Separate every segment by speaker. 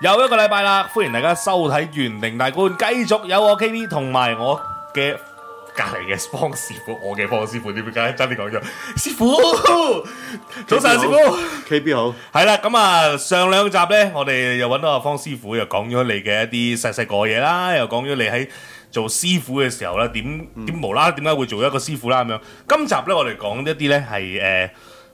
Speaker 1: 又一個禮拜啦，歡迎大家收睇《玄靈大觀》，繼續有我 K V 同埋我嘅隔離嘅方師傅，我嘅方師傅點解真啲講咗？師傅，早晨，師傅。
Speaker 2: K B 好，
Speaker 1: 係啦，咁啊，上兩集呢，我哋又揾到阿方師傅，又講咗你嘅一啲細細個嘢啦，又講咗你喺做師傅嘅時候啦，點點無啦啦點解會做一個師傅啦咁樣。今集呢，我哋講一啲呢係誒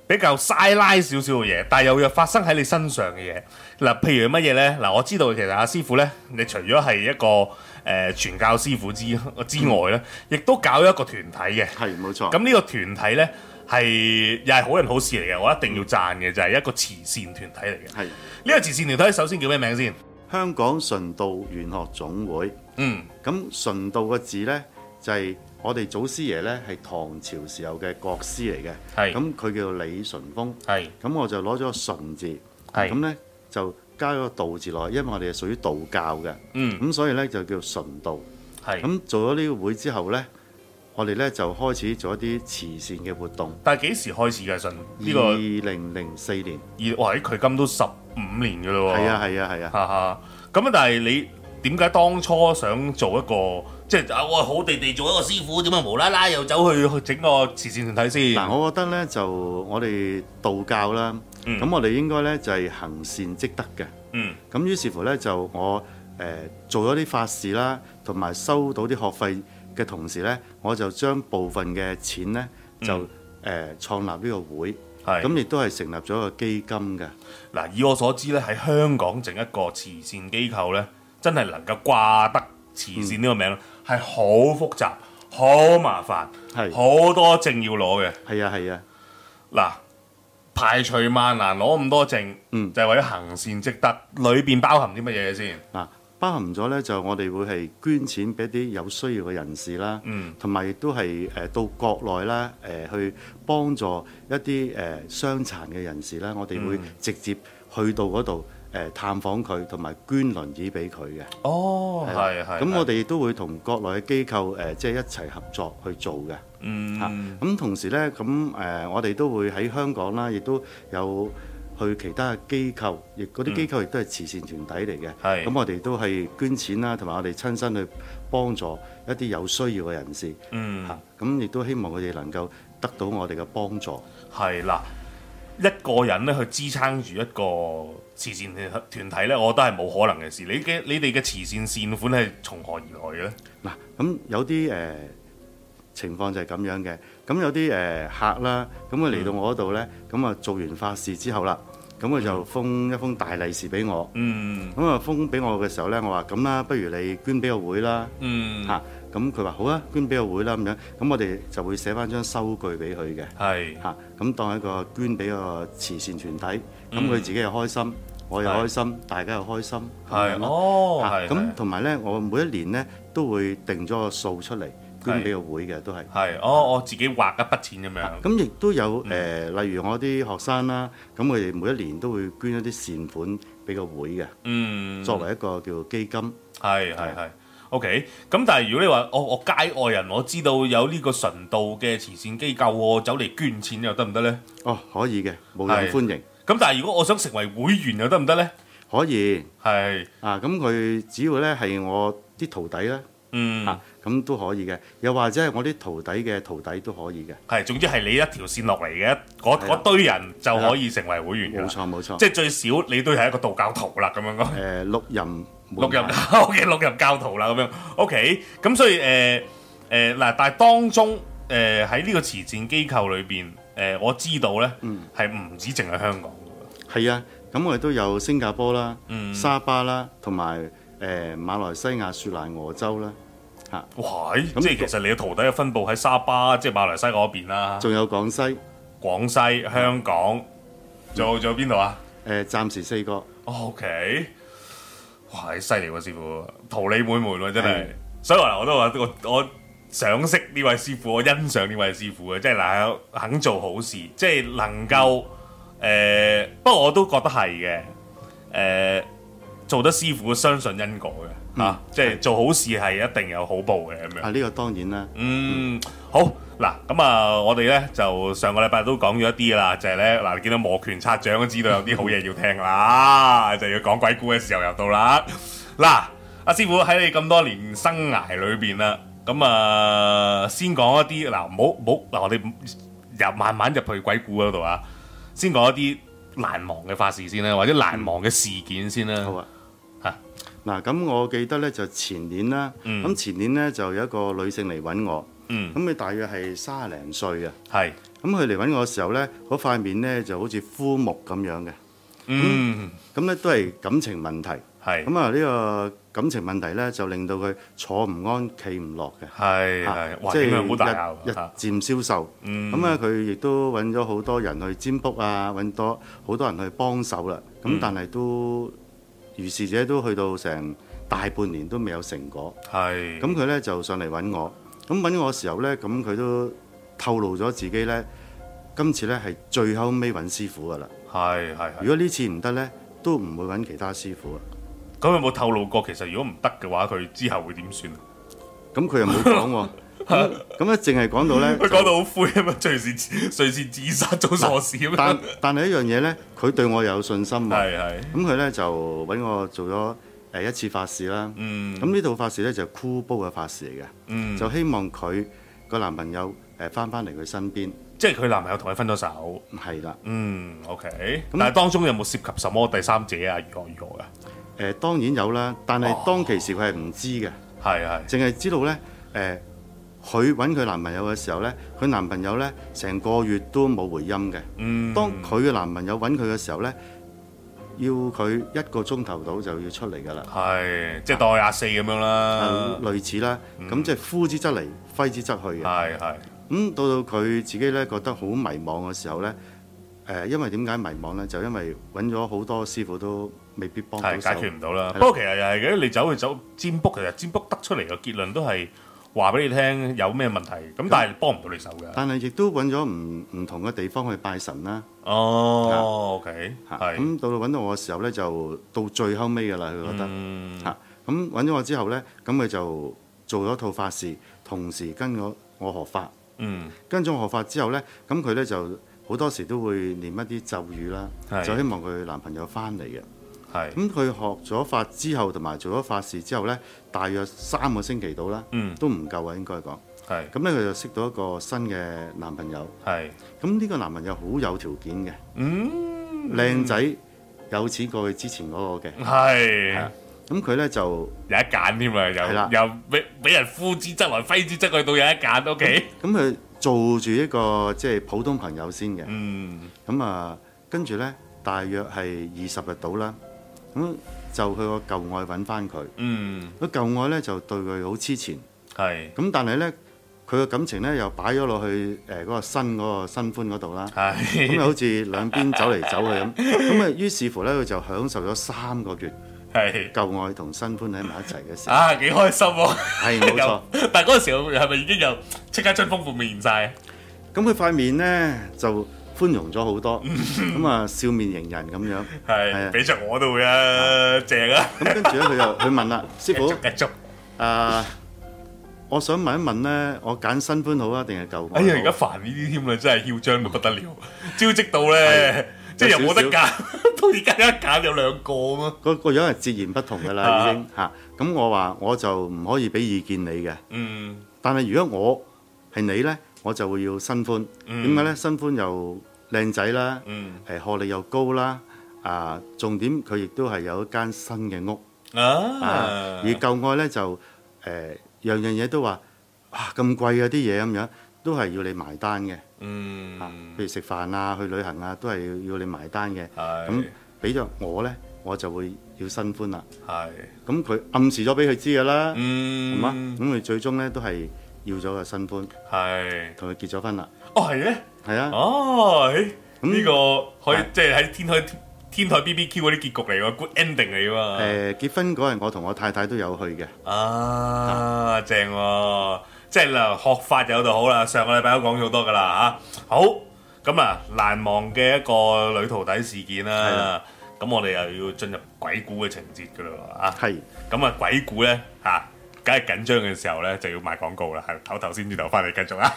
Speaker 1: 比較嘥拉少少嘅嘢，但係又有發生喺你身上嘅嘢。嗱，譬如乜嘢呢？嗱，我知道其實阿師傅呢，你除咗係一個誒、呃、傳教師傅之之外呢，亦都搞咗一個團體嘅。
Speaker 2: 係冇錯。
Speaker 1: 啊咁呢個團體呢，係又係好人好事嚟嘅，我一定要讚嘅就係、一個慈善團體嚟嘅。
Speaker 2: 係
Speaker 1: 呢個慈善團體首先叫咩名先？
Speaker 2: 香港純道玄學總會。
Speaker 1: 嗯，
Speaker 2: 咁純道個字呢，就係、我哋祖師爺呢，係唐朝時候嘅國師嚟嘅。
Speaker 1: 係
Speaker 2: 咁佢叫李淳風。
Speaker 1: 係
Speaker 2: 咁我就攞咗個純字，
Speaker 1: 係
Speaker 2: 咁呢，就加咗個道字落去，因為我哋係屬於道教嘅。
Speaker 1: 嗯
Speaker 2: 咁所以呢，就叫純道。
Speaker 1: 係。
Speaker 2: 咁做咗呢個會之後呢，我哋呢，就開始做一啲慈善嘅活動。
Speaker 1: 但係幾時開始嘅信呢個？
Speaker 2: 二零零四年，
Speaker 1: 而哇，佢今都十五年嘅咯喎。
Speaker 2: 係啊係啊係啊，
Speaker 1: 哈哈，咁啊，但係你點解當初想做一個即係啊？我好地地做一個師傅，點解無啦啦又走去去整個慈善團體先？
Speaker 2: 嗱，我覺得咧就我哋道教啦，咁、我哋應該咧就係、行善積德嘅。
Speaker 1: 嗯
Speaker 2: 咁於是乎咧就我誒、呃做咗啲法事啦，同埋收到啲學費嘅同時咧，我就將部分嘅錢咧就誒、呃、創立呢個會，
Speaker 1: 係。
Speaker 2: 咁亦都係成立咗個基金嘅。
Speaker 1: 嗱，以我所知咧，喺香港整一個慈善機構咧，真係能夠掛得慈善呢個名，係好、複雜、好麻煩，
Speaker 2: 係
Speaker 1: 好多證要攞嘅。
Speaker 2: 係啊係啊，
Speaker 1: 嗱，排除萬難攞咁多證，
Speaker 2: 嗯
Speaker 1: 就係為咗行善積德，裏邊包含啲乜嘢先？
Speaker 2: 嗱、包含咗咧就我哋會係捐錢俾啲有需要嘅人士啦。
Speaker 1: 嗯，
Speaker 2: 同埋亦都係誒到國內啦，誒、去幫助一啲誒、傷殘嘅人士啦，我哋
Speaker 1: 嗯
Speaker 2: 會直接去到嗰度誒探訪佢，同埋捐輪椅俾佢嘅。
Speaker 1: 哦，係係。
Speaker 2: 咁我
Speaker 1: 哋
Speaker 2: 哋亦都會同國內嘅機構誒、即係一齊合作去做嘅。嚇
Speaker 1: 嗯
Speaker 2: 啊咁、同時呢，咁誒、我哋都會喺香港啦，亦都有去其他嘅機構，亦嗰啲機構亦都係慈善團體嚟嘅。
Speaker 1: 嗯係
Speaker 2: 咁我哋都係捐錢啦，同埋我哋親身去幫助一啲有需要嘅人士。
Speaker 1: 嗯。
Speaker 2: 嚇咁亦都希望佢哋能夠得到我哋嘅幫助。
Speaker 1: 係啦，一個人咧去支撐住一個慈善團體咧，我覺得係冇可能嘅事。你嘅你哋嘅慈善善款係從何而來嘅咧？
Speaker 2: 嗱，咁有啲誒、呃情況就係咁樣嘅。咁有啲誒、呃客啦，咁佢嚟到我嗰度呢，咁啊做完法事之後啦，咁佢就封一封大利是俾我。
Speaker 1: 嗯
Speaker 2: 咁啊封俾我嘅時候呢，我話咁啦，不如你捐俾個會啦
Speaker 1: 嗯，
Speaker 2: 嚇。咁佢話好啊，捐俾個會啦咁樣。咁我哋就會寫翻張收據俾佢嘅。
Speaker 1: 係
Speaker 2: 嚇，咁當係一個捐俾個慈善團體，咁佢自己又開心，我又
Speaker 1: 嗯係
Speaker 2: 開心，大家又開心，咁
Speaker 1: 係
Speaker 2: 樣咯
Speaker 1: 哦，
Speaker 2: 嚇
Speaker 1: 係
Speaker 2: 咁同埋咧，我每一年咧都會定咗個數出嚟
Speaker 1: 係
Speaker 2: 捐俾個會嘅，都係。
Speaker 1: 係哦，我自己劃一筆錢咁樣，
Speaker 2: 咁亦都有
Speaker 1: 嗯
Speaker 2: 誒，例如我啲學生啦，咁佢哋每一年都會捐一啲善款俾個會嘅，
Speaker 1: 嗯，
Speaker 2: 作為一個叫基金。
Speaker 1: 係係係。OK，咁但係如果你話哦我我街外人，我知道有呢個純道嘅慈善機構，我走嚟捐錢又得唔得呢？
Speaker 2: 哦，可以嘅，無人
Speaker 1: 係
Speaker 2: 歡迎，
Speaker 1: 咁但係如果我想成為會員又得唔得呢？
Speaker 2: 可以
Speaker 1: 係，
Speaker 2: 啊。咁佢只要咧係我啲徒弟咧
Speaker 1: 嗯，
Speaker 2: 嚇，咁都可以嘅。又或者係我啲徒弟嘅徒弟都可以嘅。
Speaker 1: 係，總之係你一條線落嚟嘅，嗰
Speaker 2: 係啦啊
Speaker 1: 嗰堆人就可以成為會員㗎
Speaker 2: 冇
Speaker 1: 啦。
Speaker 2: 錯冇錯，
Speaker 1: 即係最少你都係一個道教徒啦，咁樣講。
Speaker 2: 誒六人
Speaker 1: 六
Speaker 2: 六
Speaker 1: 入 OK，六入教徒啦，咁樣 OK。咁所以誒誒嗱，但係當中誒喺呢個慈善機構裏邊誒，我知道咧係唔止淨係香港㗎
Speaker 2: 係啊，咁我哋都有新加坡啦、
Speaker 1: 嗯
Speaker 2: 沙巴啦，同埋誒馬來西亞雪蘭莪州啦，嚇，
Speaker 1: 喎。哇！即係其實你嘅徒弟嘅分布喺沙巴，即係馬來西亞嗰邊啦，
Speaker 2: 仲有廣西，誒、
Speaker 1: 廣西、香港，仲有仲有邊度啊？
Speaker 2: 暫時四
Speaker 1: 嗯
Speaker 2: 個
Speaker 1: O K，哇！犀利喎，師傅，桃李滿門喎，真係。所以話我都話我我想識呢位師傅，我欣賞呢位師傅嘅，即係嗱肯做好事，即係能夠誒、呃不過我都覺得係嘅。誒、做得師傅相信因果嘅嚇、啊即係做好事係一定有好報嘅咁樣。
Speaker 2: 啊，呢、個當然啦，
Speaker 1: 嗯，好。嗱，咁啊，我哋咧就上個禮拜都講咗一啲啦，就係咧嗱，你見到摩拳擦掌都知道有啲好嘢要聽啦，就要講鬼故嘅時候又到啦。嗱，阿師傅喺你咁多年生涯裏邊啦，咁啊先講一啲嗱，唔好唔好嗱，我哋入慢慢入去鬼故嗰度啊，先講一啲難忘嘅法事先啦，或者難忘嘅事件先啦。
Speaker 2: 好啊。
Speaker 1: 嚇
Speaker 2: 嗱，咁我記得咧就前年啦，咁、前年咧就有一個女性嚟揾我，
Speaker 1: 嗯
Speaker 2: 咁佢大約係三十零歲啊。
Speaker 1: 係，
Speaker 2: 咁佢嚟揾我嘅時候咧，嗰塊面咧就好似枯木咁樣嘅，
Speaker 1: 嗯，
Speaker 2: 咁咧都係感情問題。
Speaker 1: 係，
Speaker 2: 咁啊，呢個感情問題咧就令到佢坐唔安、企唔落嘅。
Speaker 1: 係，
Speaker 2: 啊
Speaker 1: 係，哇，
Speaker 2: 即係
Speaker 1: 點樣好大拗啊嗯
Speaker 2: 日日
Speaker 1: 嚇
Speaker 2: 漸消瘦。咁啊，佢亦都揾咗好多人去占卜啊，揾多好多人去幫手啦。
Speaker 1: 嗯
Speaker 2: 咁但係都如是者都去到成大半年都未有成果。
Speaker 1: 係，
Speaker 2: 咁佢咧就上嚟揾我，咁揾我嘅時候咧，咁佢都透露咗自己咧，今次咧係最後尾揾師傅噶啦。
Speaker 1: 係，係，係
Speaker 2: 如。果呢次唔得咧，都唔會揾其他師傅啊。
Speaker 1: 咁有冇透露過？其實如果唔得嘅話，佢之後會點算？啊
Speaker 2: 咁佢又冇講 喎，咁咁咧淨係講到咧
Speaker 1: 佢，講到好灰咁樣，隨時隨時自殺做傻事咁
Speaker 2: 但
Speaker 1: 樣。
Speaker 2: 但係一樣嘢咧，佢對我有信心喎。
Speaker 1: 係係，
Speaker 2: 咁佢咧就揾我做咗誒一次法事啦。
Speaker 1: 嗯
Speaker 2: 咁呢套法事咧就係箍煲嘅法事嚟嘅，
Speaker 1: 嗯，
Speaker 2: 就希望佢個男朋友誒翻返嚟佢身邊，
Speaker 1: 即係佢男朋友同佢分咗手。
Speaker 2: 係啦。
Speaker 1: 嗯，OK。但係當中有冇涉及什麼第三者啊？如何如何噶？
Speaker 2: 誒、呃當然有啦，但
Speaker 1: 哦
Speaker 2: 係當其時佢係唔知嘅，
Speaker 1: 係係，
Speaker 2: 淨係知道呢，誒佢揾佢男朋友嘅時候呢，佢男朋友呢成個月都冇回音嘅。
Speaker 1: 嗯，
Speaker 2: 當佢嘅男朋友揾佢嘅時候呢，要佢一個鐘頭到就要出嚟㗎啦，
Speaker 1: 係即係當佢阿四咁樣
Speaker 2: 啊
Speaker 1: 啦。
Speaker 2: 類似啦，
Speaker 1: 嗯
Speaker 2: 咁、即係呼之則嚟，揮之則去嘅。
Speaker 1: 係係，
Speaker 2: 咁到到佢自己咧覺得好迷茫嘅時候咧，誒、因為點解迷茫咧？就因為揾咗好多師傅都未必幫到
Speaker 1: 係
Speaker 2: 手
Speaker 1: 解。決唔到啦。不
Speaker 2: 係啦
Speaker 1: 過其實又係嘅，你走去走占卜，其實占卜得出嚟嘅結論都係話俾你聽有咩問題，咁但係幫唔到你手嘅。
Speaker 2: 但係亦都揾咗唔唔同嘅地方去拜神啦。
Speaker 1: 哦，OK，
Speaker 2: 嚇
Speaker 1: 係。
Speaker 2: 咁到到揾到我嘅時候咧，就到最後尾㗎啦，佢覺
Speaker 1: 嗯
Speaker 2: 得
Speaker 1: Ừ,
Speaker 2: 嚇。咁揾咗我之後咧，咁佢就做咗套法事，同時跟我我學法。
Speaker 1: 嗯，
Speaker 2: 跟咗我學法之後咧，咁佢咧就好多時都會念一啲咒語啦，
Speaker 1: 係
Speaker 2: 就希望佢男朋友翻嚟嘅。
Speaker 1: 係，
Speaker 2: 咁佢學咗法之後，同埋做咗法事之後呢，大約三個星期到啦，
Speaker 1: 嗯
Speaker 2: 都唔夠啊，應該講。
Speaker 1: 係，
Speaker 2: 咁呢，佢就識到一個新嘅男朋友。
Speaker 1: 係，
Speaker 2: 咁呢個男朋友好有條件嘅，
Speaker 1: 嗯，
Speaker 2: 靚仔，有錢過佢之前嗰個嘅。
Speaker 1: 係，
Speaker 2: 咁佢呢就
Speaker 1: 有一揀添
Speaker 2: 係
Speaker 1: 啊，
Speaker 2: 啦
Speaker 1: 又又俾俾人呼之則來，揮之則去，到有一揀，OK，
Speaker 2: 咁佢做住一個即係普通朋友先嘅。
Speaker 1: 嗯，
Speaker 2: 咁啊，跟住呢，大約係二十日到啦。咁就佢個舊愛揾翻
Speaker 1: Ừ,
Speaker 2: 佢，
Speaker 1: 嗯，
Speaker 2: 個舊愛呢就對佢好痴纏。
Speaker 1: 係，
Speaker 2: 咁但係咧，佢嘅感情咧又擺咗落去誒嗰、個新嗰、個新歡嗰度啦。咁
Speaker 1: 係，
Speaker 2: 又好似兩邊走嚟走去咁，咁啊於是乎咧，佢就享受咗三個月
Speaker 1: 係，
Speaker 2: 舊愛同新歡喺埋一齊嘅時候，
Speaker 1: 啊，幾開心喎，
Speaker 2: 係冇錯。
Speaker 1: 又但係嗰陣時候係咪已經又即刻春風滿面晒？
Speaker 2: 咁佢塊面咧就寬容咗好
Speaker 1: 嗯
Speaker 2: 多，咁啊笑面迎人咁樣。係
Speaker 1: 係，
Speaker 2: 啊
Speaker 1: 俾着我都會啊，正啊，
Speaker 2: 咁跟住咧，佢就佢問啦，師
Speaker 1: 繼
Speaker 2: 傅
Speaker 1: 續繼續，
Speaker 2: 啊，我想問一問咧，我揀新歡好啊，定係舊
Speaker 1: 哎呀，而
Speaker 2: 愛
Speaker 1: 家
Speaker 2: 好？
Speaker 1: 煩呢啲添啦，真係囂張到不得 了，招積到咧，即係又冇得揀，
Speaker 2: 有少
Speaker 1: 到而家一揀有兩個咁啊，
Speaker 2: 個個樣係截然不同噶啦，已經嚇。咁我話我就唔可以俾意見你嘅。
Speaker 1: 嗯。
Speaker 2: 但係如果我係你呢，我就會要新歡。點解呢？新歡又靚仔啦，
Speaker 1: 嗯
Speaker 2: 誒學歷又高啦，啊重點佢亦都係有一間新嘅屋
Speaker 1: 啊
Speaker 2: 而，舊愛呢，就誒、樣樣嘢都話哇咁貴啊啲嘢咁樣，都係要你埋單嘅。啊
Speaker 1: 嗯，
Speaker 2: 譬如食飯啊、去旅行啊，都係要你埋單嘅。啊咁
Speaker 1: 係
Speaker 2: 俾咗我呢，我就會要新歡啦。
Speaker 1: 係，
Speaker 2: 咁佢暗示咗俾佢知㗎啦，係嘛、
Speaker 1: 嗯，
Speaker 2: 咁啊佢最終呢，都係要咗個新歡，
Speaker 1: 係，
Speaker 2: 同佢結咗婚啦。
Speaker 1: 哦係咧，
Speaker 2: 係啊。
Speaker 1: 哦，咦呢個可以
Speaker 2: 係
Speaker 1: 即係喺天台天台 BBQ 嗰啲結局嚟喎，good ending 嚟
Speaker 2: 誒、
Speaker 1: 喎，
Speaker 2: 結婚嗰日，我同我太太都有去嘅，
Speaker 1: 啊正喎，即係嗱學法就有度好啦，上個禮拜都講咗好多噶啦嚇，好咁啊難忘嘅一個女徒弟事件
Speaker 2: 係
Speaker 1: 啦
Speaker 2: 啦，
Speaker 1: 咁我哋又要進入鬼故嘅情節噶啦喎啊！
Speaker 2: 係
Speaker 1: 咁啊鬼故咧嚇，梗係緊張嘅時候咧就要賣廣告啦，係唞頭先轉頭翻嚟繼續啊！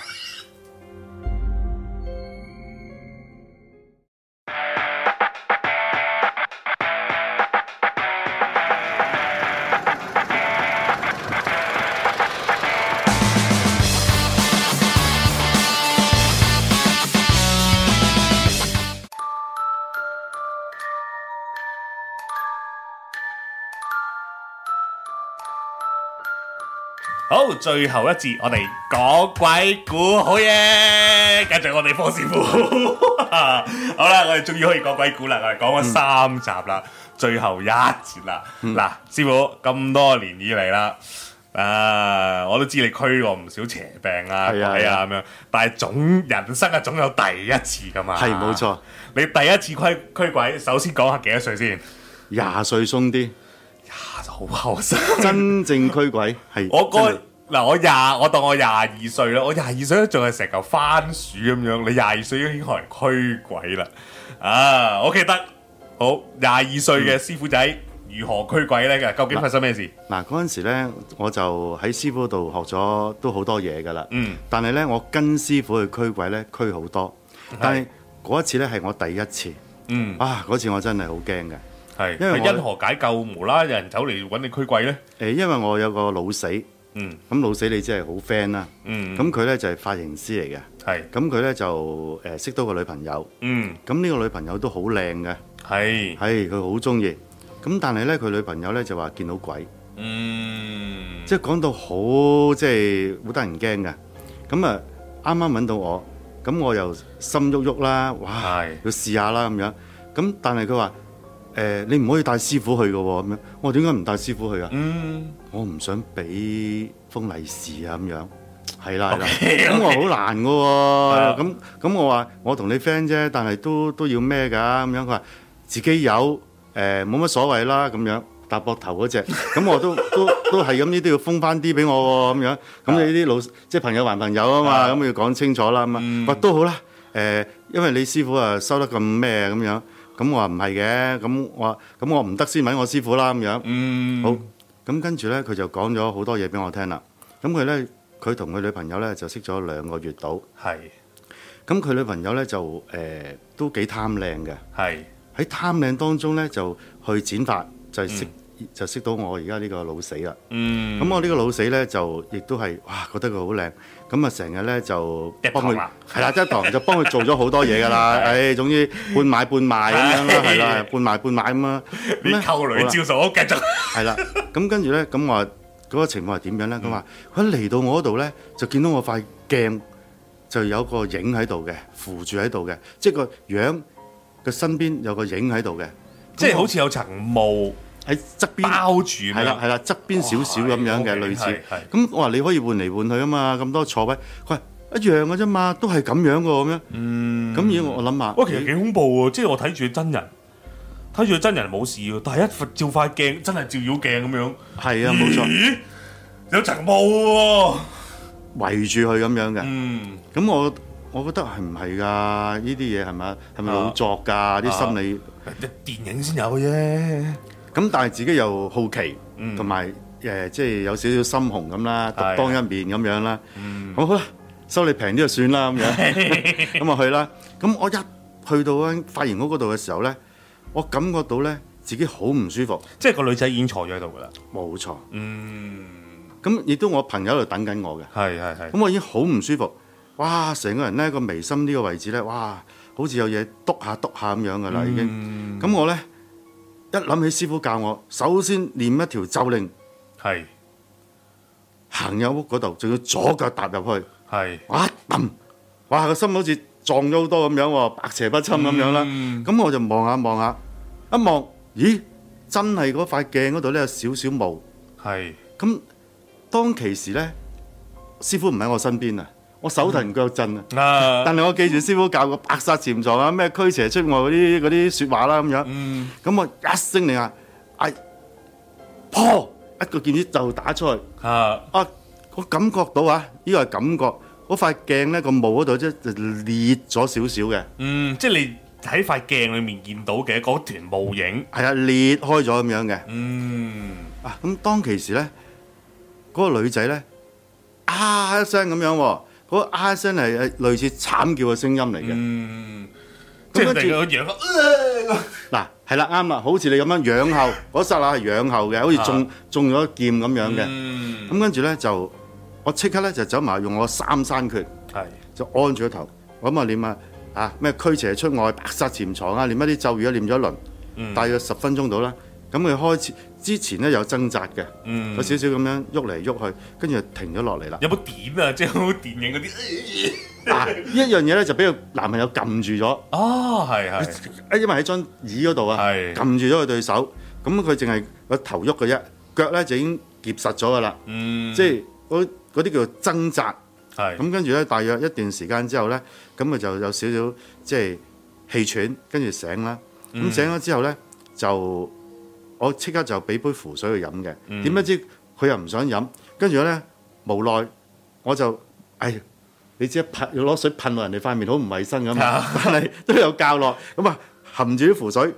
Speaker 1: 好，最後一節我哋講鬼故，好嘢！繼續我哋方師傅， 好啦，我哋終於可以講鬼故啦，我哋講咗三集啦，最後一節啦。
Speaker 2: 嗯
Speaker 1: 嗱、師傅咁多年以嚟啦，啊，我都知你驅過唔少邪病啊、
Speaker 2: 係啊
Speaker 1: 鬼
Speaker 2: 係
Speaker 1: 啊
Speaker 2: 啊
Speaker 1: 咁樣，但係總人生啊總有第一次噶嘛。
Speaker 2: 係冇錯。
Speaker 1: 你第一次驅驅鬼，首先講下幾多歲先？啊
Speaker 2: 廿歲鬆啲，
Speaker 1: 好後生。
Speaker 2: 真正驅鬼係
Speaker 1: 我
Speaker 2: 真
Speaker 1: 嗰
Speaker 2: 係
Speaker 1: 嗱，我廿我當我廿二歲啦，我廿二歲都仲係成嚿番薯咁樣，你廿二歲已經可能驅鬼啦。啊，我記得好廿二歲嘅師傅仔如何驅鬼咧？究竟發生咩事？
Speaker 2: 嗯嗱嗰陣時咧，我就喺師傅度學咗都好多嘢㗎啦。
Speaker 1: 嗯，
Speaker 2: 但係咧，我跟師傅去驅鬼咧，驅好多。但係嗰一次咧係我第一次，
Speaker 1: 嗯，
Speaker 2: 啊嗰次我真係好驚嘅。
Speaker 1: 係
Speaker 2: 因為
Speaker 1: 係
Speaker 2: 我
Speaker 1: 因何解救無啦啦有人走嚟揾你驅鬼咧？
Speaker 2: 誒，因為我有個老死，
Speaker 1: 嗯
Speaker 2: 咁老死你知係好 friend 啦。
Speaker 1: 嗯，
Speaker 2: 咁佢咧就係髮型師嚟嘅，
Speaker 1: 係
Speaker 2: 咁佢咧就誒識到個女朋友，
Speaker 1: 嗯
Speaker 2: 咁呢個女朋友都好靚嘅，
Speaker 1: 係
Speaker 2: 係佢好中意。咁但係咧，佢女朋友咧就話見到鬼。
Speaker 1: 嗯
Speaker 2: 即係講到好即係好得人驚嘅。咁啊，啱啱揾到我，咁我又心喐喐啦，哇
Speaker 1: 係，
Speaker 2: 要試下啦咁樣。咁但係佢話誒，你唔可以帶師傅去嘅喎咁樣。我話點解唔帶師傅去啊？
Speaker 1: 嗯
Speaker 2: 我唔想俾封利是啊咁樣。係啦，
Speaker 1: OK，OK
Speaker 2: 係啦，咁我好難嘅喎，咁咁我話我同你 friend 啫，但係都都要咩㗎咁樣，佢話自己有誒冇乜所謂啦咁樣，搭膊頭嗰只，咁我都都都係咁呢都要封翻啲俾我喎咁樣，咁你呢啲老即係朋友還朋友啊嘛，
Speaker 1: 啊
Speaker 2: 咁要講清楚啦咁啊，話都好啦，誒，因為你師傅啊收得咁咩咁樣，咁我話唔係嘅，咁我話咁我唔得先揾我師傅啦咁樣。
Speaker 1: 嗯
Speaker 2: 好，咁跟住呢，佢就講咗好多嘢俾我聽啦。咁佢呢，佢同佢女朋友呢，就識咗兩個月到。
Speaker 1: 係
Speaker 2: 咁佢女朋友呢，就誒、呃都幾貪靚嘅，
Speaker 1: 係
Speaker 2: 喺貪靚當中呢，就去剪髮，就識、就識到我而家呢個老死啦。
Speaker 1: 嗯
Speaker 2: 咁我呢個老死呢，就亦都係哇，覺得佢好靚，咁啊成日呢，就
Speaker 1: 嗒
Speaker 2: 幫佢
Speaker 1: 糖啦
Speaker 2: 係啦，一堂就幫佢做咗好多嘢 噶啦。誒，總之半買半賣咁樣啦，係啦，半賣半買 咁啦。咁呢
Speaker 1: 啲哎溝
Speaker 2: 好
Speaker 1: 女
Speaker 2: 啦
Speaker 1: 招數，繼續
Speaker 2: 係啦，咁跟住咧，咁我話嗰個情況係點樣咧？
Speaker 1: 嗯
Speaker 2: 佢話佢一嚟到我嗰度咧，就見到我塊鏡就有個影喺度嘅，扶住喺度嘅，即係個樣嘅身邊有個影喺度嘅，
Speaker 1: 即係好似有層霧
Speaker 2: 喺側邊。
Speaker 1: 包住咁
Speaker 2: 係啦，
Speaker 1: 樣。
Speaker 2: 係啦，側邊少少咁樣嘅
Speaker 1: 哦
Speaker 2: 類似
Speaker 1: 係係。
Speaker 2: 咁我話你可以換嚟換去啊嘛，咁多座位，佢話一樣嘅啫嘛，都係咁樣嘅咁樣。嗯。咁而我諗下，
Speaker 1: 哇，其實幾恐怖喎！即係我睇住佢真人，睇住佢真人冇事喎，但係一照塊鏡，真係照妖鏡咁樣，
Speaker 2: 係啊，冇錯，
Speaker 1: 咦，有層霧喎。
Speaker 2: 圍住佢咁樣嘅。
Speaker 1: 嗯，
Speaker 2: 咁我我覺得係唔係㗎？呢啲嘢係咪係咪老作㗎？啲心理
Speaker 1: 嗯電影先有嘅啫。
Speaker 2: 咁，但係自己又好奇，同埋誒即係有少少心紅咁啦，
Speaker 1: 係
Speaker 2: 獨當一面咁樣啦。咁好啦，收你平啲就算啦咁樣，咁啊去啦。咁我一去到間髮型屋嗰度嘅時候咧，我感覺到咧自己好唔舒服，
Speaker 1: 即係個女仔已經坐咗喺度㗎啦。
Speaker 2: 冇錯。
Speaker 1: 嗯，
Speaker 2: 咁亦都我朋友喺度等緊我嘅。
Speaker 1: 係係係。
Speaker 2: 咁我已經好唔舒服，哇！成個人咧個眉心呢個位置咧，哇，好似有嘢篤下篤下咁樣噶啦，已經。咁我咧一諗起師傅教我，首先念一條咒令，
Speaker 1: 係
Speaker 2: 行入屋嗰度，仲要左腳踏入去，
Speaker 1: 係
Speaker 2: 哇！揼，哇！個心好似撞咗好多咁樣喎，百邪不侵咁樣啦。
Speaker 1: 嗯
Speaker 2: 咁、我就望下望下，一望，咦，真係嗰塊鏡嗰度咧有少少霧。
Speaker 1: 係
Speaker 2: 咁當其時咧，師傅唔喺我身邊啊，我手騰腳震啊。
Speaker 1: 啊。
Speaker 2: 但係我記住師傅教過白殺潛藏啊，咩驅邪出外嗰啲嗰啲説話啦咁樣。
Speaker 1: 嗯，
Speaker 2: 咁我一聲令下，嗌破一個劍指就打出去。
Speaker 1: 啊
Speaker 2: 啊，我感覺到啊，呢個係感覺，嗰塊鏡咧個霧嗰度即係就裂咗少少嘅，
Speaker 1: 嗯，即係你喺塊鏡裡面見到嘅嗰團霧影。
Speaker 2: 係啊裂開咗咁樣嘅。
Speaker 1: 嗯，
Speaker 2: 啊，咁當其時咧，嗰、個女仔咧啊一聲咁樣喎，嗰、個啊一聲係係類似慘叫嘅聲音嚟嘅。
Speaker 1: 嗯，即係
Speaker 2: 咁跟住
Speaker 1: 你個樣呃
Speaker 2: 嗱，係啦，啱啦，啊好似你咁樣仰後，嗰剎那係仰後嘅，好似中中咗劍咁樣嘅。
Speaker 1: 嗯，
Speaker 2: 咁跟住咧就，我即刻咧就走埋用我三山拳
Speaker 1: 係
Speaker 2: 就按住個頭，我咁啊念啊啊咩驅邪出外、白煞潛藏啊，念一啲咒語啊，念咗一輪，大約十分鐘到啦。咁佢開始之前咧有掙扎嘅，有少少咁樣喐嚟喐去，跟住就停咗落嚟啦。
Speaker 1: 有冇點啊？即係好電影嗰啲，呃
Speaker 2: 嗱，呢一樣嘢咧就俾個男朋友撳住咗，
Speaker 1: 哦，係係，
Speaker 2: 啊因為喺張椅嗰度啊，
Speaker 1: 係
Speaker 2: 撳住咗佢對手，咁佢淨係個頭喐嘅啫，腳咧就已經夾實咗噶啦，
Speaker 1: 嗯，
Speaker 2: 即係嗰嗰啲叫做掙扎。
Speaker 1: 係
Speaker 2: 咁跟住咧，大約一段時間之後咧，咁佢就有少少即係氣喘，跟住醒啦。咁醒咗之後咧，就我即刻就俾杯符水佢飲嘅。點不知佢又唔想飲，跟住咧無奈我就哎，你知一噴要攞水噴落人哋塊面好唔衞生咁，但係都有教落咁啊，含住啲符水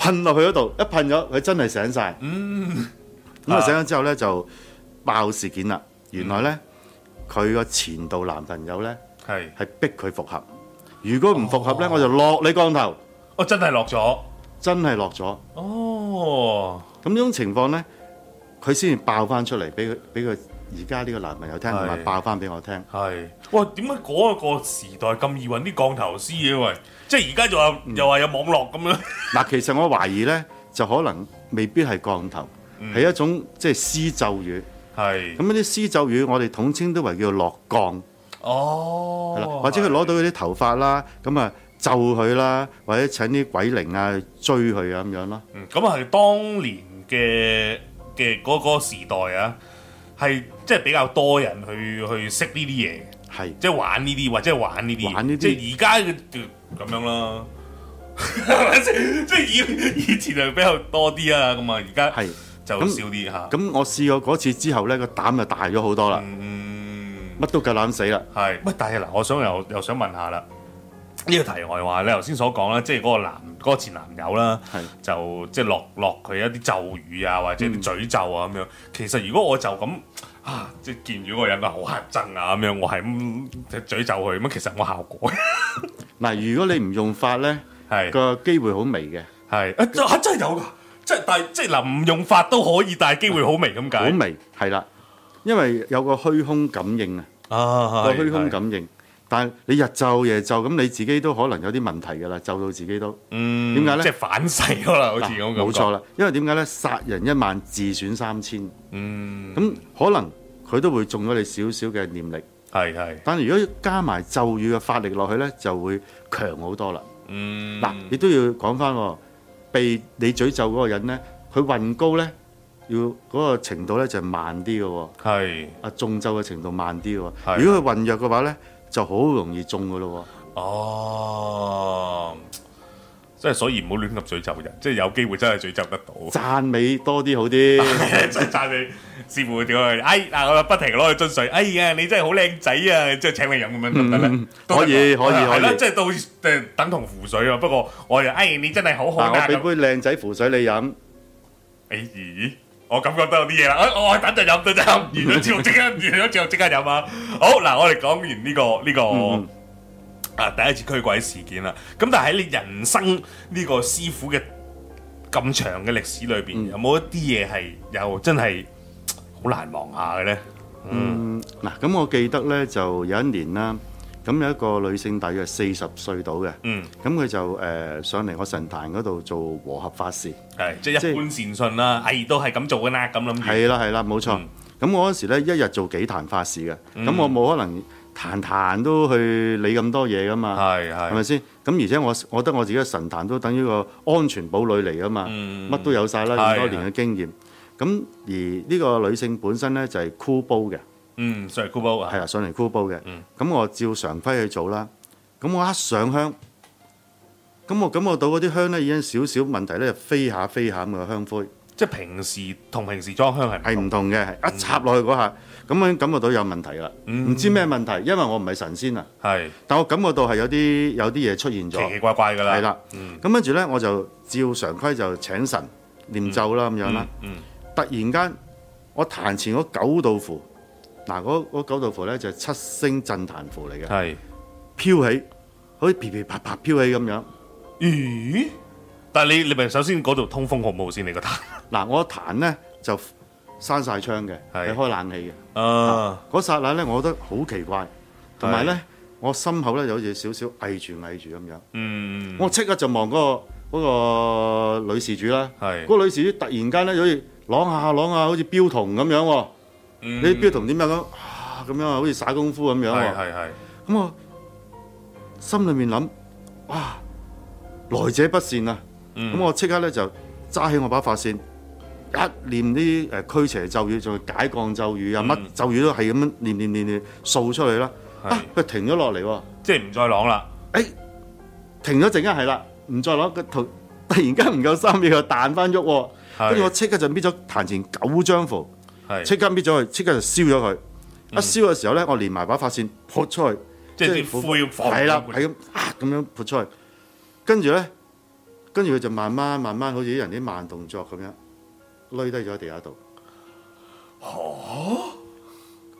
Speaker 2: 噴落去嗰度，一噴咗佢真係醒晒。咁啊
Speaker 1: 啊
Speaker 2: 醒咗之後咧就爆事件啦，原來咧。佢個前度男朋友呢，
Speaker 1: 係，
Speaker 2: 係逼佢復合。如果唔復合呢，我就落你降頭，
Speaker 1: 我哦真係落咗，
Speaker 2: 真係落咗。
Speaker 1: 哦，
Speaker 2: 咁呢種情況呢，佢先至爆翻出嚟，俾佢俾佢而家呢個男朋友聽，
Speaker 1: 係
Speaker 2: 同埋爆翻俾我聽。
Speaker 1: 係，哇，點解嗰個時代咁易揾啲降頭師嘅喂？即係而家就
Speaker 2: 嗯
Speaker 1: 話又話有網絡咁 樣，
Speaker 2: 嗱，其實我懷疑呢，就可能未必係降頭，係、一種即係施咒語。
Speaker 1: 係，
Speaker 2: 咁呢啲施咒語，我哋統稱都為叫落降，
Speaker 1: 哦
Speaker 2: 係啦，或者佢攞到佢啲頭髮啦，咁啊咒佢啦，或者請啲鬼靈啊追佢啊咁樣咯。
Speaker 1: 嗯，咁係當年嘅嘅嗰個時代啊，係即係比較多人去去識呢啲嘢嘅，
Speaker 2: 係。
Speaker 1: 即係玩呢啲或者係玩呢啲嘢，
Speaker 2: 玩呢啲
Speaker 1: 即係而家嘅就咁樣啦。 即係以以前係比較多啲啊，咁啊而家
Speaker 2: 係
Speaker 1: 就
Speaker 2: 咁
Speaker 1: 少啲嚇。
Speaker 2: 咁我試過嗰次之後呢，個膽就大咗好多啦，
Speaker 1: 嗯。
Speaker 2: 乜都夠膽死啦。
Speaker 1: 係，喂，但係嗱，我想又又想問下啦，呢、個題外話，你頭先所講啦，即係嗰個男嗰、個前男友啦，
Speaker 2: 係
Speaker 1: 就即係落落佢一啲咒語啊，或
Speaker 2: 嗯
Speaker 1: 者啲詛咒啊咁樣。其實如果我就咁啊，即係見住嗰個人啊，好黑憎啊咁樣，我係咁詛咒佢，咁其實冇效果嘅，
Speaker 2: 嗱，如果你唔用法呢，
Speaker 1: 係
Speaker 2: 個機會好微嘅，
Speaker 1: 係啊真啊真係有㗎，即係但係即係嗱，唔用法都可以，但係機會好微咁
Speaker 2: 好
Speaker 1: 解。
Speaker 2: 微係啦，因為有個虛空感應啊，
Speaker 1: 啊，
Speaker 2: 個
Speaker 1: 係
Speaker 2: 虛空
Speaker 1: 係
Speaker 2: 感應。但係你日晝夜晝咁，你自己都可能有啲問題㗎啦，咒到自己都
Speaker 1: 嗯，
Speaker 2: 點解呢
Speaker 1: 即係反噬可能好似咁
Speaker 2: 嗱
Speaker 1: 咁
Speaker 2: 冇錯啦。因為點解呢？殺人一萬，自損三千。
Speaker 1: 嗯，
Speaker 2: 咁可能佢都會中咗你少少嘅念力，
Speaker 1: 係係，
Speaker 2: 但係如果加埋咒語嘅法力落去呢，就會強好多啦。
Speaker 1: 嗯，
Speaker 2: 嗱，亦都要講翻喎，被你詛咒嗰個人呢，佢運高呢，要嗰個程度呢就慢啲嘅喎，
Speaker 1: 係。
Speaker 2: 啊中咒嘅程度慢啲嘅
Speaker 1: 係
Speaker 2: 喎。如果佢運弱嘅話呢，就好容易中嘅咯
Speaker 1: 哦，即係所以唔好亂咁詛咒人，即係有機會真係詛咒得到。
Speaker 2: 喎。讚美多啲好啲，
Speaker 1: 真係讚你師傅點佢？哎嗱，我不停攞去樽水。哎呀，你真係好靚仔啊！即係請你飲咁樣得唔得咧？都得
Speaker 2: 嗯可以
Speaker 1: 㗎
Speaker 2: 可以
Speaker 1: 係啦
Speaker 2: 可以
Speaker 1: 即係到誒等同符水啊。不過我就哎，你真係 好好
Speaker 2: 嗱
Speaker 1: 啊！
Speaker 2: 我俾
Speaker 1: 咁
Speaker 2: 杯靚仔符水你飲，
Speaker 1: 哎咦，我感覺都有啲嘢啦。哎我等陣飲，等陣飲完咗之後即刻，完咗之後即刻飲啊！好嗱，我哋講完呢個呢個。啊！第一次驅鬼事件啦，咁但係喺你人生呢個師傅嘅咁長嘅歷史裏邊，有冇一啲嘢係又真係好難忘下嘅咧？
Speaker 2: 嗯，嗱咁我記得呢，就有一年啦，咁有一個女性大約四十歲到嘅，
Speaker 1: 嗯，
Speaker 2: 咁佢就誒上嚟我神壇嗰度做和合法事。
Speaker 1: 係即係
Speaker 2: 即
Speaker 1: 一
Speaker 2: 係
Speaker 1: 般善信啦，哎都係咁做嘅啦，咁諗住
Speaker 2: 係啦係啦，冇錯。咁、
Speaker 1: 嗯
Speaker 2: 我嗰時咧一日做幾壇法事嘅，咁、我冇可能壇壇都去理咁多嘢噶嘛，
Speaker 1: 係
Speaker 2: 係
Speaker 1: 係
Speaker 2: 咪先？咁而且我我覺得我自己嘅神壇都等於個安全堡壘嚟噶嘛，乜、都有晒啦，
Speaker 1: 嗯係
Speaker 2: 咁多年嘅經驗。咁而呢個女性本身咧就係箍煲嘅，
Speaker 1: 嗯，上嚟 g o 啊，
Speaker 2: 係啦，上嚟箍煲嘅。咁、
Speaker 1: 嗯
Speaker 2: 我照常規去做啦。咁我一上香，咁我感覺到嗰啲香咧已經少少問題咧，就飛下飛下咁嘅香灰。
Speaker 1: 即係平時同平時裝香係
Speaker 2: 係唔同嘅，
Speaker 1: 嗯
Speaker 2: 係一插落去嗰下，咁樣感覺到有問題啦。唔知咩問題，因為我唔係神仙啊，
Speaker 1: 係
Speaker 2: 但我感覺到係有啲有啲嘢出現
Speaker 1: 奇奇
Speaker 2: 咗，
Speaker 1: 怪怪嗯㗎啦，
Speaker 2: 係啦。咁跟住呢，我就照常規就請神念咒啦咁樣啦。
Speaker 1: 嗯
Speaker 2: 突然間，我彈前嗰九道符，嗱嗰嗰九道符呢，就係七星震彈符嚟嘅，
Speaker 1: 係。
Speaker 2: 飄起，好似噼噼啪啪飄起咁樣。
Speaker 1: 咦？但係你你咪首先嗰度通風好唔好先？你覺得？
Speaker 2: 嗱，我彈呢，就閂晒窗嘅，
Speaker 1: 係
Speaker 2: 係開冷氣嘅。
Speaker 1: 啊，
Speaker 2: 嗰剎那咧，我覺得好奇怪，同埋咧，我心口咧有嘢少少翳住翳住咁樣。
Speaker 1: 嗯，
Speaker 2: 我即刻就望嗰個嗰個女事主啦，
Speaker 1: 係
Speaker 2: 嗰個女事主突然間咧，好似啷下啷下，好似標童咁樣喎。
Speaker 1: 嗯
Speaker 2: 你啲標童點解咁啊咁樣啊，好似耍功夫咁樣
Speaker 1: 係
Speaker 2: 喎。
Speaker 1: 係係，
Speaker 2: 咁我心裏面諗，哇，來者不善啊！咁、
Speaker 1: 嗯
Speaker 2: 我即刻咧就揸起我把法線，一念啲誒驅邪咒語，仲係解降咒語啊，乜、
Speaker 1: 嗯
Speaker 2: 咒語都係咁樣念念念念掃出嚟啦。
Speaker 1: 係
Speaker 2: 啊，佢停咗落嚟喎，
Speaker 1: 即係唔再朗啦，
Speaker 2: 停咗陣間係啦，唔再攞個圖，突然間唔夠三秒又彈翻喐喎。
Speaker 1: 係
Speaker 2: 跟住我即刻就搣咗彈前九張符，
Speaker 1: 係嗯
Speaker 2: 即刻搣咗佢，即刻就燒咗佢。一燒嘅時候咧，我連埋把法線潑出去，
Speaker 1: 即係
Speaker 2: 即
Speaker 1: 啲
Speaker 2: 係
Speaker 1: 灰放
Speaker 2: 係啦，係咁啊咁樣潑出去。跟住咧，跟住佢就慢慢慢慢好似啲人啲慢動作咁樣，攣低咗喺地下度。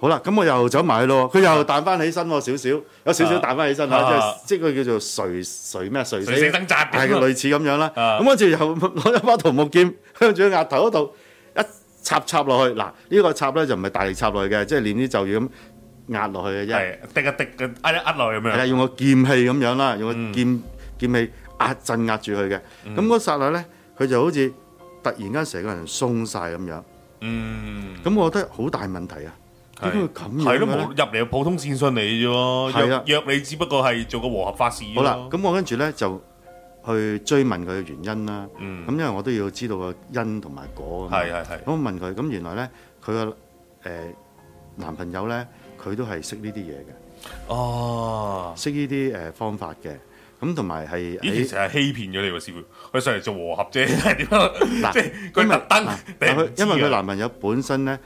Speaker 2: 好啦，咁我又走埋去咯，佢又彈翻起身喎，少少有少少彈翻起身啦，即
Speaker 1: 啊
Speaker 2: 係即係佢叫做垂垂咩垂死
Speaker 1: 垂死掙扎
Speaker 2: 係類似咁樣啦。
Speaker 1: 啊
Speaker 2: 咁跟住又攞咗把桃木劍向住佢額頭嗰度一插插落去。嗱，呢、個插咧就唔係大力插落去嘅，即係練啲咒語咁壓落去嘅啫。
Speaker 1: 係滴一滴嘅，呃一呃落去咁
Speaker 2: 係
Speaker 1: 樣
Speaker 2: 啊啦，，用個劍氣咁樣啦，用個
Speaker 1: 嗯
Speaker 2: 劍、劍氣壓鎮壓住佢嘅。咁嗰剎那咧，佢就好似突然間成個人鬆晒咁樣。
Speaker 1: 嗯，
Speaker 2: 咁我覺得好大問題啊！點解會咁樣
Speaker 1: 係
Speaker 2: 嘅
Speaker 1: 咯，
Speaker 2: 呢
Speaker 1: 冇入嚟普通線信嚟啫喎，
Speaker 2: 係
Speaker 1: 約
Speaker 2: 啊
Speaker 1: 約你只不過係做個和合法事啫喎。
Speaker 2: 好啦，咁我跟住咧就去追問佢嘅原因啦。咁、
Speaker 1: 嗯
Speaker 2: 因為我都要知道個因同埋果啊嘛。
Speaker 1: 係係係
Speaker 2: 咁，我問佢，咁原來咧佢個誒男朋友咧，佢都係識呢啲嘢嘅，
Speaker 1: 哦，
Speaker 2: 識呢啲誒方法嘅。咁同埋係
Speaker 1: 呢其
Speaker 2: 喺
Speaker 1: 實係欺騙咗你喎，師傅，佢上嚟做和合 啫，係點啊？即係佢
Speaker 2: 因為
Speaker 1: 特登
Speaker 2: 嗱
Speaker 1: 俾人
Speaker 2: 嗱佢因為
Speaker 1: 知啊㗎
Speaker 2: 佢男朋友本身咧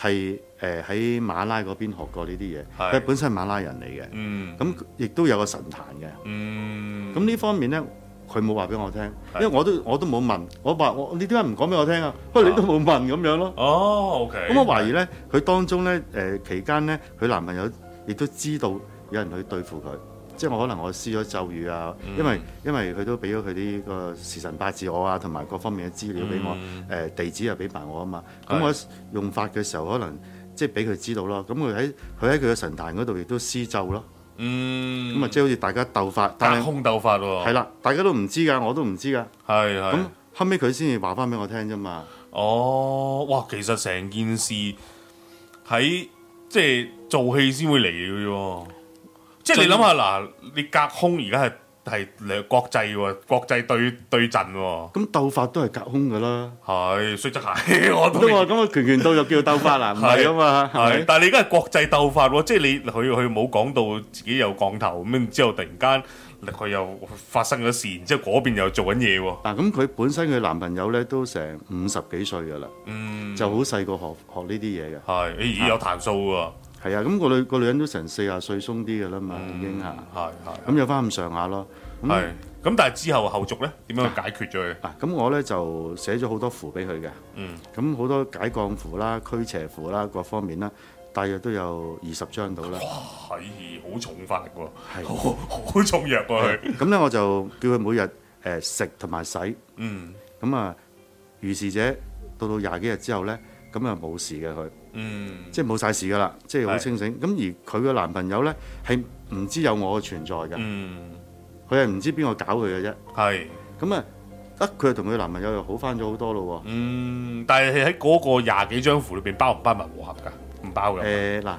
Speaker 2: 係誒喺馬拉嗰邊學過呢啲嘢，
Speaker 1: 係
Speaker 2: 佢本身係馬拉人嚟嘅，
Speaker 1: 嗯
Speaker 2: 咁亦都有個神壇嘅。
Speaker 1: 嗯
Speaker 2: 咁呢方面咧，佢冇話俾我聽，因為我都我都冇問，我話我你點解唔講俾我聽啊？不過你都冇問咁樣咯。
Speaker 1: 哦，OK，
Speaker 2: 咁我懷疑咧，佢當中咧誒、期間咧，佢男朋友亦都知道有人去對付佢，即係我可能我施咗咒語啊，
Speaker 1: 嗯
Speaker 2: 因為因為佢都俾咗佢啲個時辰八字我啊，同埋各方面嘅資料俾我，誒、
Speaker 1: 嗯
Speaker 2: 地址又俾埋我啊嘛。咁我用法嘅時候可能即係俾佢知道咯。咁佢喺佢喺佢嘅神壇嗰度亦都施咒咯。
Speaker 1: 嗯
Speaker 2: 咁啊、即係好似大家鬥法，但
Speaker 1: 隔
Speaker 2: 係
Speaker 1: 空鬥法喎，
Speaker 2: 係啦，大家都唔知㗎，我都唔知㗎。
Speaker 1: 係係
Speaker 2: 咁後尾佢先至話翻俾我聽啫嘛。
Speaker 1: 哦，哇！其實成件事喺即係做戲先會嚟嘅啫，即係你諗下嗱，你隔空而家係係兩國際喎，國際對對陣喎，
Speaker 2: 咁鬥法都係隔空㗎啦。
Speaker 1: 係雖則係 我都
Speaker 2: 咁啊我咁我拳拳到肉叫鬥法啦，唔係啊嘛，係
Speaker 1: 係，
Speaker 2: 咪？
Speaker 1: 但係你而家係國際鬥法喎，即係你佢佢冇講到自己有降頭咁，然之後突然間佢又發生咗事，然之後嗰邊又做緊嘢喎，
Speaker 2: 嗱，咁佢本身佢男朋友咧都成五十幾歲㗎啦，
Speaker 1: 嗯，
Speaker 2: 就好細個學學呢啲嘢嘅。
Speaker 1: 係咦有彈數喎，
Speaker 2: 係啊，咁個女個女人都成四啊歲鬆啲㗎啦嘛，已經嚇。
Speaker 1: 係係。
Speaker 2: 咁有翻咁上下咯。咁
Speaker 1: 係咁，但係之後後續咧點樣去解決咗佢？
Speaker 2: 嗱，咁我咧就寫咗好多符俾佢嘅。
Speaker 1: 嗯。
Speaker 2: 咁好多解降符啦、驅邪符啦，各方面啦，大約都有二十張到啦。
Speaker 1: 係哎好重法力喎，
Speaker 2: 係
Speaker 1: 好 好重藥喎佢。
Speaker 2: 咁咧我就叫佢每日誒、呃食同埋洗，
Speaker 1: 嗯
Speaker 2: 咁啊如是者到到廿幾日之後咧，咁啊冇事嘅佢，
Speaker 1: 嗯，
Speaker 2: 即係冇晒事噶啦，即係好
Speaker 1: 係
Speaker 2: 清醒。咁而佢個男朋友咧係唔知有我嘅存在嘅，
Speaker 1: 嗯
Speaker 2: 佢係唔知邊個搞佢嘅啫。
Speaker 1: 係
Speaker 2: 咁啊得佢同佢男朋友又好翻咗好多咯
Speaker 1: 嗯，但係喺嗰個廿幾張符裏邊包唔包埋和合㗎？唔包
Speaker 2: 喎。誒嗱、
Speaker 1: 㗎。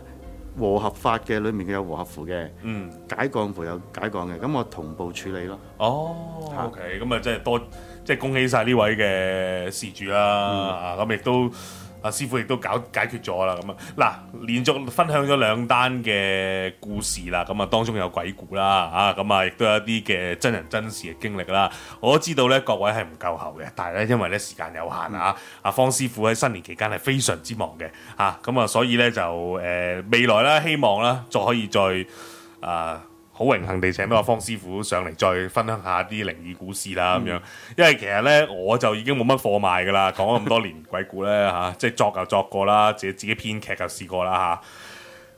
Speaker 2: 和合法嘅裡面嘅有和合符嘅，
Speaker 1: 嗯，
Speaker 2: 解降符有解降嘅，咁我同步處理咯。
Speaker 1: 哦
Speaker 2: 嚇
Speaker 1: ，OK，咁啊，即係多即係恭喜晒呢位嘅事主啦，啊咁亦都。阿師傅亦都搞解決咗啦，咁啊嗱，連續分享咗兩單嘅故事啦，咁啊當中有鬼故啦，啊咁啊亦都有一啲嘅真人真事嘅經歷啦。我都知道咧，各位係唔夠喉嘅，但係咧因為咧時間有限啊，阿方師傅喺新年期間係非常之忙嘅，啊咁啊所以咧就誒、呃未來啦，希望啦，再可以再啊。好榮幸地請到阿方師傅上嚟，再分享下啲靈異故事啦
Speaker 2: 嗯
Speaker 1: 咁樣，因為其實呢，我就已經冇乜貨賣噶啦，講咗咁多年鬼故呢，嚇、 即係作又作過啦，自己自己編劇又試過啦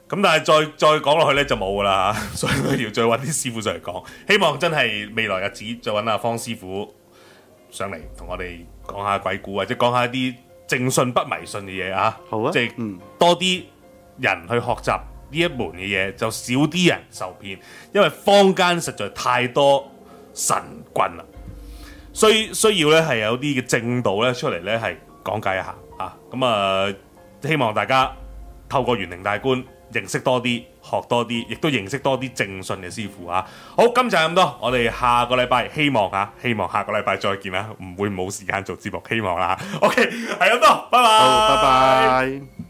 Speaker 1: 嚇。咁、但係再再講落去呢，就冇噶啦嚇， 所以都要再揾啲師傅上嚟講。希望真係未來日子再揾阿方師傅上嚟同我哋講下鬼故，或者講下一啲正信不迷信嘅嘢啊。
Speaker 2: 好啊
Speaker 1: 即係
Speaker 2: 嗯
Speaker 1: 多啲人去學習呢一門嘅嘢，就少啲人受騙，因為坊間實在太多神棍啦。需需要咧係有啲嘅正道咧出嚟咧係講解一下啊。咁啊，希望大家透過玄靈大觀認識多啲，學多啲，亦都認識多啲正信嘅師傅啊。好，今集咁多，我哋下個禮拜希望啊，希望下個禮拜再見啦，唔會冇時間做節目，希望啦。OK，係咁多，拜拜，
Speaker 2: 好，拜拜。